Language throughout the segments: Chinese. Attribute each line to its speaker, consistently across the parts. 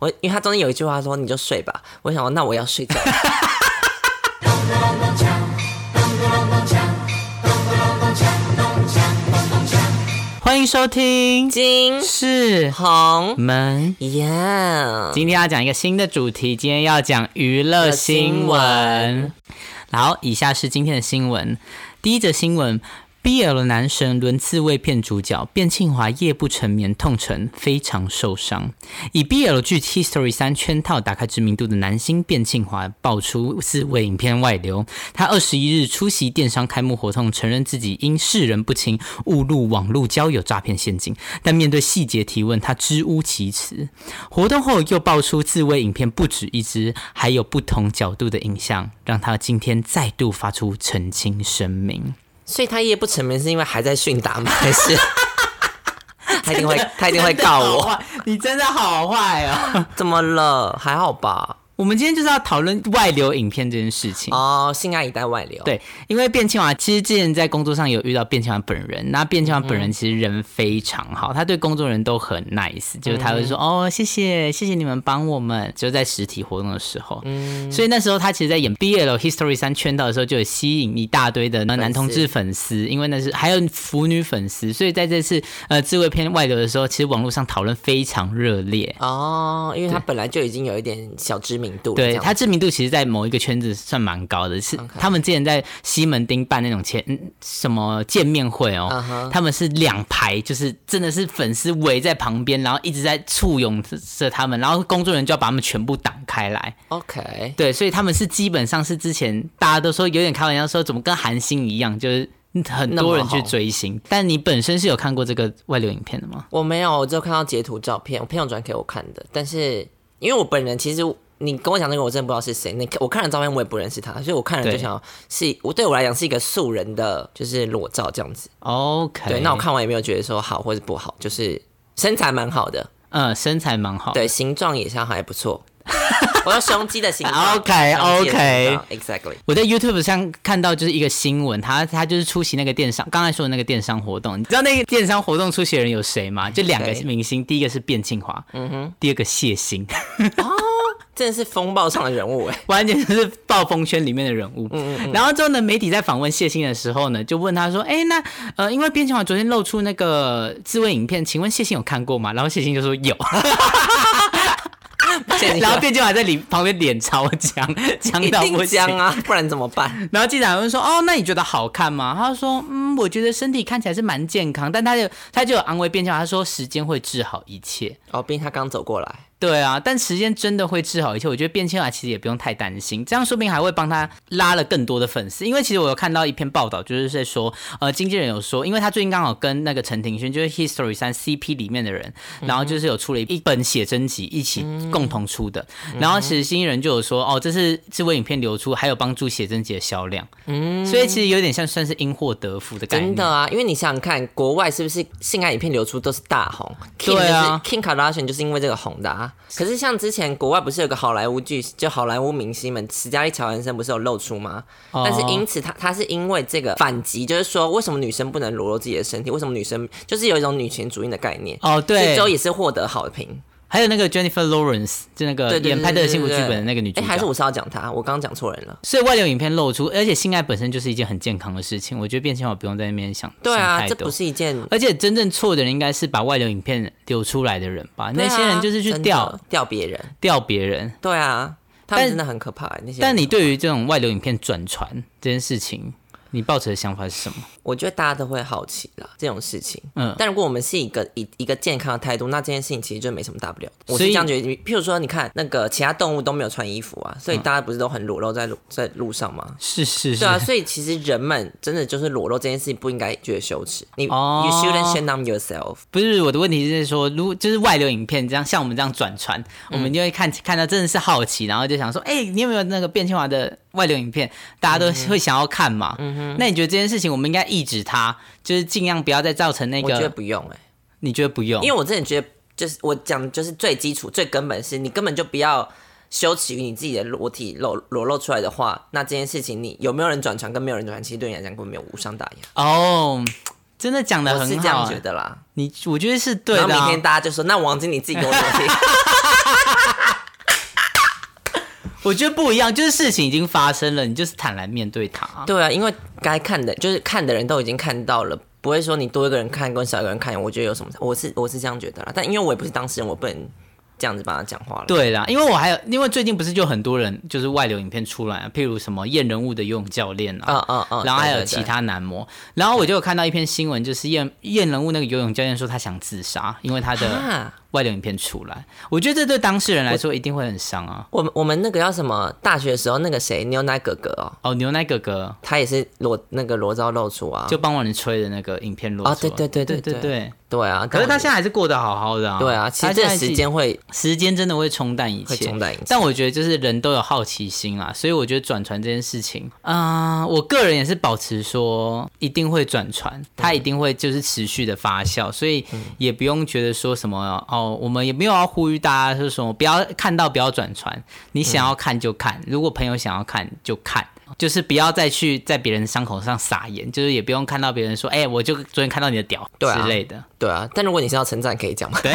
Speaker 1: 我因为他中间有一句话说你就睡吧，我想说那我要睡觉。
Speaker 2: 欢迎收听，
Speaker 1: 金
Speaker 2: 是
Speaker 1: 红
Speaker 2: 门。
Speaker 1: ，Yeah，
Speaker 2: 今天要讲一个新的主题，今天要讲娱乐新闻。然后，以下是今天的新闻。第一则新闻：BL 男神轮次未片主角卞庆华夜不成眠，痛陈非常受伤。以 BL 剧《History 三》圈套打开知名度的男星卞庆华爆出自卫影片外流。他二十一日出席电商开幕活动，承认自己因世人不清，误入网络交友诈骗陷阱。但面对细节提问，他支吾其词。活动后又爆出自慰影片不止一支，还有不同角度的影像，让他今天再度发出澄清声明。
Speaker 1: 所以他夜不成眠是因为还在训打吗？还 是他一定会他一定会告我？，
Speaker 2: 你真的好坏哦！
Speaker 1: 怎么了？还好吧？
Speaker 2: 我们今天就是要讨论外流影片这件事情。
Speaker 1: 哦，性爱一代外流。，
Speaker 2: 对，因为卞庆华其实之前在工作上有遇到卞庆华本人，那卞庆华本人其实人非常好，他对工作人都很 nice，就是他会说、哦谢谢谢谢你们帮我们，就在实体活动的时候，所以那时候他其实，在演 BL History 三圈到的时候，就有吸引一大堆的男同志粉丝，因为那是还有腐女粉丝，所以在这次呃自慰片外流的时候，其实网络上讨论非常热烈。
Speaker 1: 哦，因为他本来就已经有一点小知名度了，这
Speaker 2: 对
Speaker 1: 样
Speaker 2: 他知名度，其实，在某一个圈子算蛮高的。是他们之前在西门町办那种前嗯什么见面会哦
Speaker 1: 嗯哼
Speaker 2: 他们是两排，就是真的是粉丝围在旁边，然后一直在簇拥着他们，然后工作人员就要把他们全部挡开来。
Speaker 1: OK，
Speaker 2: 对，所以他们是基本上是之前大家都说有点开玩笑说，怎么跟韩星一样，就是很多人
Speaker 1: 那
Speaker 2: 去
Speaker 1: 么红
Speaker 2: 追星。但你本身是有看过这个外流影片的吗？
Speaker 1: 我没有，我只有看到截图照片，我朋友转给我看的。但是因为我本人其实你跟我讲这个，我真的不知道是谁。你看我看了照片，我也不认识他，嗯所以我看了就
Speaker 2: 对
Speaker 1: 想是我对我来讲是一个素人的，就是裸照这样子。
Speaker 2: ？OK，
Speaker 1: 对，那我看完也没有觉得说好或者不好，就是身材蛮好的，
Speaker 2: 嗯、身材蛮好的。
Speaker 1: 对，形状也像还不错。 我说胸肌的形状
Speaker 2: OK，OK
Speaker 1: ，exactly。
Speaker 2: 我在 YouTube 上看到就是一个新闻，他他就是出席那个电商，刚才说的那个电商活动，你知道那个电商活动出席的人有谁吗？就两个
Speaker 1: 谁
Speaker 2: 明星，第一个是卞庆华，嗯哼，第二个谢欣，
Speaker 1: 真的是风暴上的人物 哎、
Speaker 2: 完全就是暴风圈里面的人物。然后之后呢，媒体在访问谢欣的时候呢，就问他说：“哎，那呃，因为卞庆华昨天露出那个自慰影片，请问谢欣有看过吗？”然后谢欣就说 有，
Speaker 1: 谢谢你
Speaker 2: 然后卞庆华在里旁边脸超僵， 僵
Speaker 1: 一
Speaker 2: 到不
Speaker 1: 定
Speaker 2: 行
Speaker 1: 僵。啊，不然怎么办？
Speaker 2: 然后记者还问说：“哦，那你觉得好看吗？”他说：“嗯，我觉得身体看起来是蛮健康，但他就他就有安慰变强，他说时间会治好一切。”
Speaker 1: 哦，毕竟他刚走过来。
Speaker 2: 对啊，但时间真的会治好一切。我觉得变迁啊，其实也不用太担心，这样说不定还会帮他拉了更多的粉丝。因为其实我有看到一篇报道，就是在说，呃，经纪人有说，因为他最近刚好跟那个陈庭轩，就是 History 三 CP 里面的人，然后就是有出了一本写真集，一起共同出的。然后其实经纪人就有说，哦，这是自慰影片流出，还有帮助写真集的销量。嗯，所以其实有点像算是因祸得福的感觉。
Speaker 1: 真的啊，因为你想想看，国外是不是性爱影片流出都是大红？Kim
Speaker 2: 对啊
Speaker 1: 就是、，Kim Kardashian 就是因为这个红的啊。可是像之前国外不是有个好莱坞剧，就好莱坞明星们，史嘉丽·乔安森不是有露出吗？
Speaker 2: 哦
Speaker 1: 但是因此他他是因为这个反击，就是说为什么女生不能裸露自己的身体？为什么女生就是有一种女权主义的概念？
Speaker 2: 哦，对
Speaker 1: 这，周也是获得好评。
Speaker 2: 还有那个 Jennifer Lawrence，就那个
Speaker 1: 对对对
Speaker 2: 演拍的
Speaker 1: 对对
Speaker 2: 幸福剧
Speaker 1: 对
Speaker 2: 本的那个女主
Speaker 1: 哎、
Speaker 2: 角。
Speaker 1: 还是我是要讲她，我刚刚讲错人了。
Speaker 2: 所以外流影片露出，而且性爱本身就是一件很健康的事情，我觉得变性我不用在那边想
Speaker 1: 对啊，
Speaker 2: 想
Speaker 1: 这
Speaker 2: 太多
Speaker 1: 不。是一件。
Speaker 2: 而且真正错的人应该是把外流影片流出来的人吧，那些人就是去
Speaker 1: 对啊
Speaker 2: 钓、
Speaker 1: 真的钓别人，
Speaker 2: 钓别人。
Speaker 1: 对啊，他们
Speaker 2: 但
Speaker 1: 真的很可怕、那些人
Speaker 2: 但你对于这种外流影片转传这件事情，你抱持的想法是什么？
Speaker 1: 我觉得大家都会好奇啦，这种事情。
Speaker 2: 嗯，
Speaker 1: 但如果我们是一个以一个健康的态度，那这件事情其实就没什么大不了的。我是
Speaker 2: 所以
Speaker 1: 这样觉得。譬如说，你看那个其他动物都没有穿衣服
Speaker 2: 嗯
Speaker 1: 啊，所以大家不是都很裸露在路在路上吗？
Speaker 2: 是是是，
Speaker 1: 对啊，所以其实人们真的就是裸露这件事情不应该觉得羞耻。你、
Speaker 2: 哦
Speaker 1: you shouldn't shame yourself。
Speaker 2: 不是我的问题是说，如就是外流影片这样像我们这样转传，我们就会看看到真的是好奇，然后就想说，哎、你有没有那个卞庆华的外流影片？大家都会想要看嘛。
Speaker 1: 嗯
Speaker 2: 那你觉得这件事情我们应该抑制它，就是尽量不要再造成那
Speaker 1: 我觉得
Speaker 2: 个？哦
Speaker 1: 不用哎、
Speaker 2: 你觉得不用？
Speaker 1: 因
Speaker 2: 为
Speaker 1: 为我真的觉得就是我讲就是最基础最根本是你根本就不要。羞耻于你自己的裸体裸裸露出来的话，那这件事情你有没有人转传跟没有人转传，其实对你来讲根本没有无伤大雅。
Speaker 2: 哦。真的讲的
Speaker 1: 我
Speaker 2: 很好、欸
Speaker 1: 是这样觉得啦。
Speaker 2: 你我觉得是对
Speaker 1: 然后
Speaker 2: 的、
Speaker 1: 明
Speaker 2: 啊
Speaker 1: 天。大家就说：“那王晶你自己给我裸体。
Speaker 2: 我觉得不一样，就是事情已经发生了，你就是坦然面对它。
Speaker 1: 对啊，因为该看的，就是看的人都已经看到了，不会说你多一个人看跟少一个人看，我觉得有什么差？我是我是这样觉得啦，但因为我也不是当事人，我不能这样子帮他讲话了。
Speaker 2: 对啦，因为我还有，因为最近不是就很多人就是外流影片出来、啊，譬如什么验人物的游泳教练啊，
Speaker 1: 嗯，嗯嗯，
Speaker 2: 然后还有
Speaker 1: 对对
Speaker 2: 其
Speaker 1: 对
Speaker 2: 他男模，然后我就有看到一篇新闻，就是验验人物那个游泳教练说他想自杀，因为他的
Speaker 1: 啊，
Speaker 2: 外流影片出来，我觉得这对当事人来说一定会很伤啊。
Speaker 1: 我们我们那个叫什么？大学的时候那个谁，牛奶哥哥哦，
Speaker 2: 哦，牛奶哥哥
Speaker 1: 他也是裸那个裸照露出啊。
Speaker 2: 就帮我们吹的那个影片落
Speaker 1: 啊
Speaker 2: 出来
Speaker 1: 对对对
Speaker 2: 对
Speaker 1: 对
Speaker 2: 对对，
Speaker 1: 对啊，
Speaker 2: 可是他
Speaker 1: 但
Speaker 2: 现在还是过得好好的啊。
Speaker 1: 我对啊，其实
Speaker 2: 他
Speaker 1: 这
Speaker 2: 现
Speaker 1: 个
Speaker 2: 在
Speaker 1: 时间会
Speaker 2: 时间真的会冲淡一
Speaker 1: 会
Speaker 2: 切
Speaker 1: 冲。淡影响。
Speaker 2: 但我觉得就是人都有好奇心啦，所以我觉得转传这件事情，啊、我个人也是保持说一定会转传，
Speaker 1: 嗯
Speaker 2: 它一定会就是持续的发酵，所以也不用觉得说什么哦，我们也没有要呼吁大家说什么不要看到不要转传，你想要看就看，
Speaker 1: 嗯
Speaker 2: 如果朋友想要看就看。就是不要再去在别人的伤口上撒盐，就是也不用看到别人说，哎、我就昨天看到你的屌
Speaker 1: 对啊
Speaker 2: 之类的，
Speaker 1: 对啊，但如果你是要称赞，可以讲吗？
Speaker 2: 对，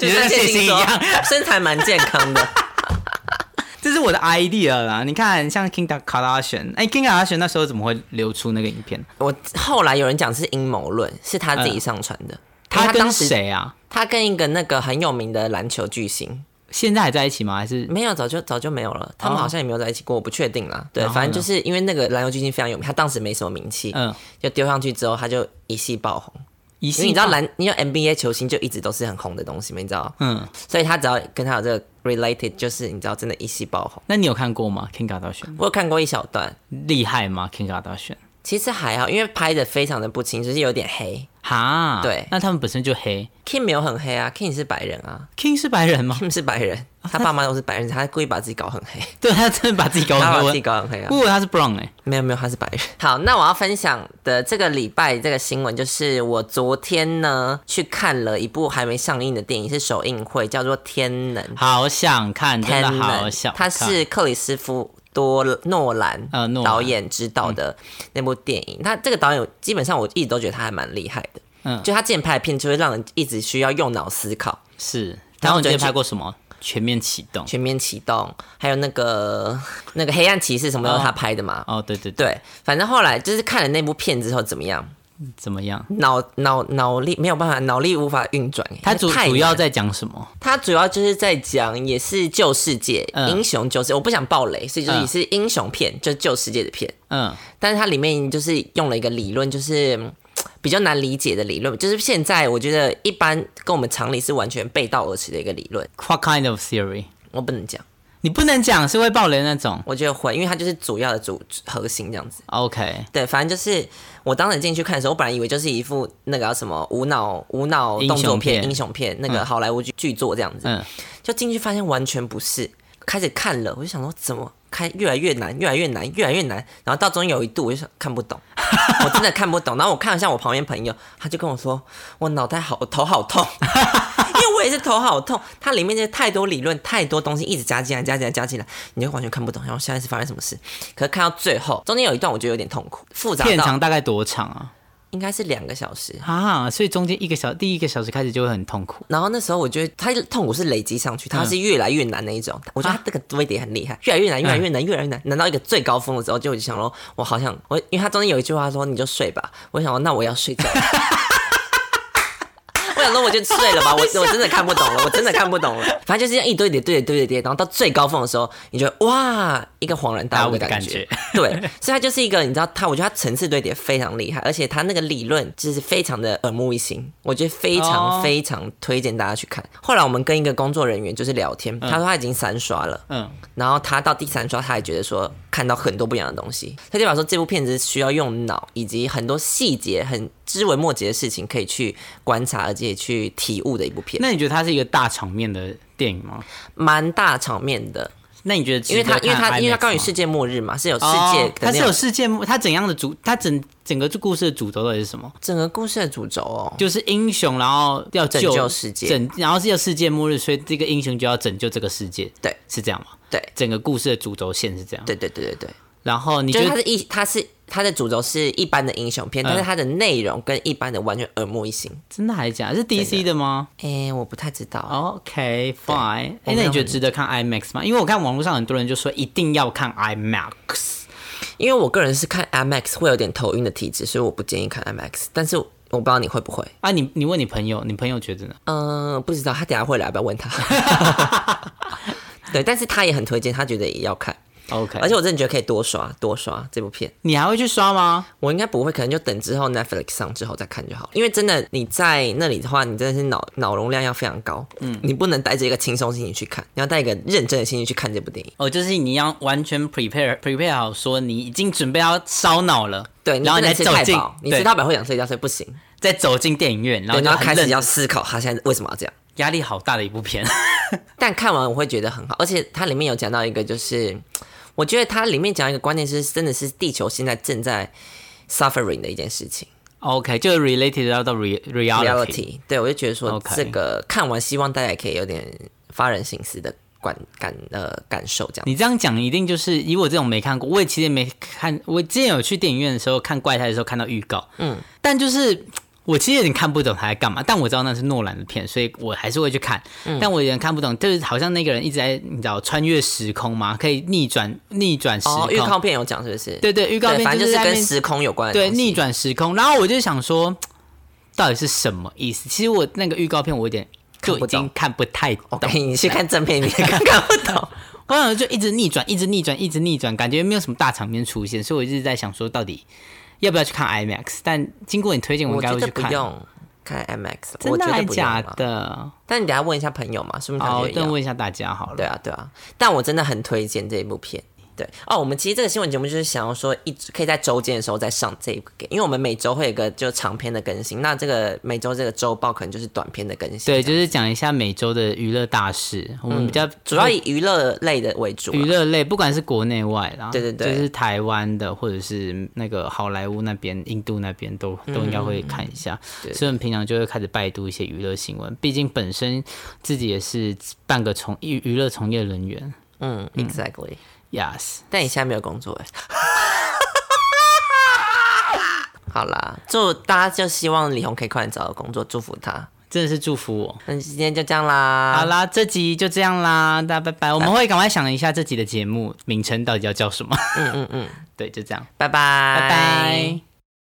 Speaker 1: 就
Speaker 2: 你
Speaker 1: 像
Speaker 2: 跟
Speaker 1: 谢
Speaker 2: 谢欣
Speaker 1: 欣
Speaker 2: 一
Speaker 1: 说
Speaker 2: 样，
Speaker 1: 身材蛮健康的。
Speaker 2: 这是我的 idea 啦。你看，像 King Kardashian，哎，King Kardashian 那时候怎么会流出那个影片？
Speaker 1: 我后来有人讲是阴谋论，是他自己上传的。因为
Speaker 2: 嗯他跟
Speaker 1: 当时？
Speaker 2: 谁啊？
Speaker 1: 他跟一个那个很有名的篮球巨星，
Speaker 2: 现在还在一起吗？还是
Speaker 1: 没有早就早就没有了，他们
Speaker 2: 哦
Speaker 1: 好像也没有在一起过，我不确定啦。对，
Speaker 2: 然后呢
Speaker 1: 反正就是因为那个篮球巨星非常有名，他当时没什么名气，
Speaker 2: 嗯，
Speaker 1: 就丢上去之后他就一夕爆红。
Speaker 2: 一
Speaker 1: 因为你知道篮，你有 NBA 球星就一直都是很红的东西嘛，你知道，
Speaker 2: 嗯，
Speaker 1: 所以他只要跟他有这个 related，就是你知道真的一夕爆红。
Speaker 2: 那你有看过吗？King Kardashian
Speaker 1: 我有看过一小段，
Speaker 2: 厉害吗？King Kardashian
Speaker 1: 其实还好，因为拍的非常的不清，就是有点黑。
Speaker 2: 哈，
Speaker 1: 对
Speaker 2: 那他们本身就黑
Speaker 1: Kim 没有很黑啊，Kim 是白人啊
Speaker 2: ，King 是白人吗？
Speaker 1: ，Kim 是白人，
Speaker 2: 哦
Speaker 1: 他爸妈都是白人，他故意把自己搞很黑，
Speaker 2: 对他真的把自己搞
Speaker 1: 他把
Speaker 2: 很
Speaker 1: 自己
Speaker 2: 黑。
Speaker 1: 搞很黑啊
Speaker 2: 不。过他是 brown 哎、
Speaker 1: 没有没有，他是 白人。好，那我要分享的这个礼拜这个新闻，就是我昨天呢去看了一部还没上映的电影，是首映会，叫做《天能》。
Speaker 2: 好想看，哦真
Speaker 1: 天
Speaker 2: 的
Speaker 1: 能，
Speaker 2: 好想
Speaker 1: 它
Speaker 2: 看。
Speaker 1: 是克里斯夫多诺兰
Speaker 2: 呃诺兰嗯
Speaker 1: 导演执导的那部电影。他这个导演基本上我一直都觉得他还蛮厉害的，
Speaker 2: 嗯
Speaker 1: 就他之前拍的片就会让人一直需要用脑思考。
Speaker 2: 是，
Speaker 1: 然
Speaker 2: 然
Speaker 1: 后
Speaker 2: 后
Speaker 1: 我
Speaker 2: 你
Speaker 1: 就
Speaker 2: 之前
Speaker 1: 去
Speaker 2: 拍过什么？全面启动。
Speaker 1: 全面启动，还有那个 那个黑暗骑士什么都是他拍的嘛。
Speaker 2: 哦，对对对，
Speaker 1: 对，反正后来就是看了那部片之后怎么样，
Speaker 2: 怎么样？
Speaker 1: 脑脑脑力没有办法，脑力无法运转。
Speaker 2: 他主
Speaker 1: 太
Speaker 2: 主要
Speaker 1: 难
Speaker 2: 在讲什么？
Speaker 1: 他主要就是在讲也是旧世界、
Speaker 2: 嗯
Speaker 1: 英雄旧世界，我不想爆雷，所以就是
Speaker 2: 嗯
Speaker 1: 也是英雄片，就是旧世界的片。
Speaker 2: 嗯，
Speaker 1: 但是它里面就是用了一个理论，就是嗯比较难理解的理论，就是现在我觉得一般跟我们常理是完全背道而驰的一个理论。
Speaker 2: What kind of theory？
Speaker 1: 我不能讲，
Speaker 2: 你不能讲是会爆雷那种。
Speaker 1: 我觉得会，因为它就是主要的主核心这样子。
Speaker 2: OK，
Speaker 1: 对，反正就是我当时进去看的时候，我本来以为就是一副那个叫什么无脑无脑动作片、嗯英
Speaker 2: 英
Speaker 1: 雄片，那个好莱坞剧剧作这样子。
Speaker 2: 嗯，
Speaker 1: 就进去发现完全不是，开始看了，我就想说怎么看越来越难，越来越难，越来越难，然后到中间有一度我就想看不懂，我真的看不懂。然后我看了一下我旁边朋友，他就跟我说我脑袋好头好痛， 因为我也是头好痛。它里面这太多理论，太多东西一直加进来，加进来，加进来，你就完全看不懂。然后现在是发生什么事？可是看到最后，中间有一段我觉得有点痛苦，复杂
Speaker 2: 片
Speaker 1: 到
Speaker 2: 长大概多长啊？
Speaker 1: 应该是两个小时。
Speaker 2: 啊，所以中间一个小第一个小时开始就会很痛苦。
Speaker 1: 然后那时候我觉得他痛苦是累积上去，他是越来越难那一种。我觉得他这个堆叠很厉害，越来越难，越来越难，越来越难，难到一个最高峰的时候，就我就想说，我好想我，因为他中间有一句话说你就睡吧，我想说那我要睡觉了。我想说我就睡了吧，我我真的看不懂了，我真的看不懂了。反正就是这样一堆叠堆叠堆叠叠，然后到最高峰的时候，你觉得哇，一个恍然大悟的感觉。 对，所以它就是一个，你知道它，我觉得它层次堆叠非常厉害，而且它那个理论就是非常的耳目一新，我觉得非常
Speaker 2: 哦
Speaker 1: 非常推荐大家去看。后来我们跟一个工作人员就是聊天，他说他已经三刷了，
Speaker 2: 嗯，
Speaker 1: 然后他到第三刷，他也觉得说看到很多不一样的东西，他就表示说这部片子需要用脑以及很多细节、很枝微末节的事情可以去观察，而且去体悟的一部片，
Speaker 2: 那你觉得它是一个大场面的电影吗？
Speaker 1: 蛮大场面的，
Speaker 2: 那你觉得
Speaker 1: 因为他因为他因为他刚
Speaker 2: 刚
Speaker 1: 好有世界末日嘛，是有世界的那种，
Speaker 2: 哦它是有世界末，它怎样的主，它整整个故事的主轴到底是什么？
Speaker 1: 整个故事的主轴哦。
Speaker 2: 就是英雄，然后要
Speaker 1: 拯
Speaker 2: 救
Speaker 1: 救世界
Speaker 2: 拯然后是要世界末日，所以这个英雄就要拯救这个世界，
Speaker 1: 对，
Speaker 2: 是这样吗？
Speaker 1: 对，
Speaker 2: 整个故事的主轴线是这样。
Speaker 1: 对对对对对，
Speaker 2: 然后你
Speaker 1: 就
Speaker 2: 觉
Speaker 1: 是
Speaker 2: 得
Speaker 1: 它是一，它是它的主轴是一般的英雄片，
Speaker 2: 嗯
Speaker 1: 但是它的内容跟一般的完全耳目一新。
Speaker 2: 真的还是假的？是 DC 的吗
Speaker 1: 哎、我不太知道，
Speaker 2: ？OK fine，哎、
Speaker 1: 我没有
Speaker 2: 那你觉
Speaker 1: 很
Speaker 2: 得值得看 IMAX 吗？因为我看网络上很多人就说一定要看 IMAX，
Speaker 1: 因为我个人是看 IMAX 会有点头晕的体质，所以我不建议看 IMAX。但是我不知道你会不会，
Speaker 2: 啊，你你问你朋友，你朋友觉得呢？
Speaker 1: 嗯、不知道他等下会来，要不要问他？ 对，但是他也很推荐，他觉得也要看，
Speaker 2: OK，
Speaker 1: 而且我真的觉得可以多刷多刷这部片。
Speaker 2: 你还会去刷吗？
Speaker 1: 我应该不会，可能就等之后 Netflix 上之后再看就好了。因为真的你在那里的话，你真的是脑脑容量要非常高，嗯，你不能带着一个轻松心情去看，你要带一个认真的心情去看这部电影。
Speaker 2: 哦，就是你要完全 prepare prepare 好，说你已经准备要烧脑了，
Speaker 1: 对，
Speaker 2: 然后
Speaker 1: 你
Speaker 2: 你
Speaker 1: 不能吃
Speaker 2: 再走
Speaker 1: 太
Speaker 2: 进
Speaker 1: 饱，，你
Speaker 2: 对
Speaker 1: 吃太饱会想睡觉，所以不行。
Speaker 2: 再走进电影院，
Speaker 1: 对，
Speaker 2: 然后
Speaker 1: 你
Speaker 2: 就
Speaker 1: 要
Speaker 2: 很
Speaker 1: 开始
Speaker 2: 认
Speaker 1: 要思考他现在为什么要这样。
Speaker 2: 压力好大的一部片。
Speaker 1: 但看完我会觉得很好，而且它里面有讲到一个，就是我觉得它里面讲一个关键是，真的是地球现在正在 suffering 的一件事情
Speaker 2: OK，就 related 到到 re reality。
Speaker 1: reality。对，我就觉得说
Speaker 2: OK
Speaker 1: 这个看完，希望大家也可以有点发人深思的感感呃感受这样。
Speaker 2: 你这样讲一定就是以我这种没看过，我也其实也没看，我之前有去电影院的时候看怪胎的时候看到预告，嗯，但就是。我其实有点看不懂他在干嘛，但我知道那是诺兰的片，所以我还是会去看。
Speaker 1: 嗯
Speaker 2: 但我有点看不懂，就是好像那个人一直在你知道穿越时空嘛，可以逆转逆转时空。
Speaker 1: 哦，预告片有讲是不是？
Speaker 2: 对对，预告
Speaker 1: 对，
Speaker 2: 片
Speaker 1: 反正就
Speaker 2: 是
Speaker 1: 是
Speaker 2: 在那
Speaker 1: 跟
Speaker 2: 边
Speaker 1: 时空有关的
Speaker 2: 对
Speaker 1: 东西
Speaker 2: 逆。转时空。然后我就想说，到底是什么意思？其实我那个预告片我有点就
Speaker 1: 看不
Speaker 2: 已经
Speaker 1: 懂
Speaker 2: 看不太懂。
Speaker 1: 我跟你去看正片，你也看不懂。
Speaker 2: 我想就一直逆转，一直逆转，一直逆转，感觉没有什么大场面出现，所以我一直在想说，到底要不要去看 IMAX？但经过你推 荐，我应
Speaker 1: 我
Speaker 2: 该
Speaker 1: 觉
Speaker 2: 会
Speaker 1: 得
Speaker 2: 去
Speaker 1: 不
Speaker 2: 看。
Speaker 1: 用看 MX，
Speaker 2: 真
Speaker 1: 我
Speaker 2: 的
Speaker 1: 觉
Speaker 2: 还
Speaker 1: 得不用
Speaker 2: 假
Speaker 1: 啊。
Speaker 2: 的？哦
Speaker 1: 但你等一下问一下朋友嘛，说不定他
Speaker 2: 好，
Speaker 1: 觉得一
Speaker 2: 等
Speaker 1: 样
Speaker 2: 问一下大家好了。
Speaker 1: 对啊，对啊，但我真的很推荐这一部片。对哦，我们其实这个新闻节目就是想要说一直可以在周间的时候再上这一个给，因为我们每周会有一个就长篇的更新，那这个每周这个周报可能就是短篇的更新。
Speaker 2: 对，就是讲一下每周的娱乐大事，我们比较
Speaker 1: 主要以娱乐类的为主啦。啊
Speaker 2: 娱乐类，不管是国内外啦，
Speaker 1: 对对对
Speaker 2: 就是台湾的或者是那个好莱坞那边、印度那边都都应该会看一下，
Speaker 1: 嗯对
Speaker 2: 所以我们平常就会开始拜读一些娱乐新闻，毕竟本身自己也是半个从娱娱乐从业人员。
Speaker 1: 嗯，exactly。
Speaker 2: Yes，
Speaker 1: 但你现在没有工作哎。 好啦，祝大家就希望李红可以快点找到工作，祝福他。
Speaker 2: 真的是祝福我。
Speaker 1: 那今天就这样啦，
Speaker 2: 好啦，这集就这样啦，大家拜拜。我们会赶快想一下 这集的节目名称到底要叫什么。嗯嗯嗯，对，就这样，
Speaker 1: 拜拜，
Speaker 2: 拜拜。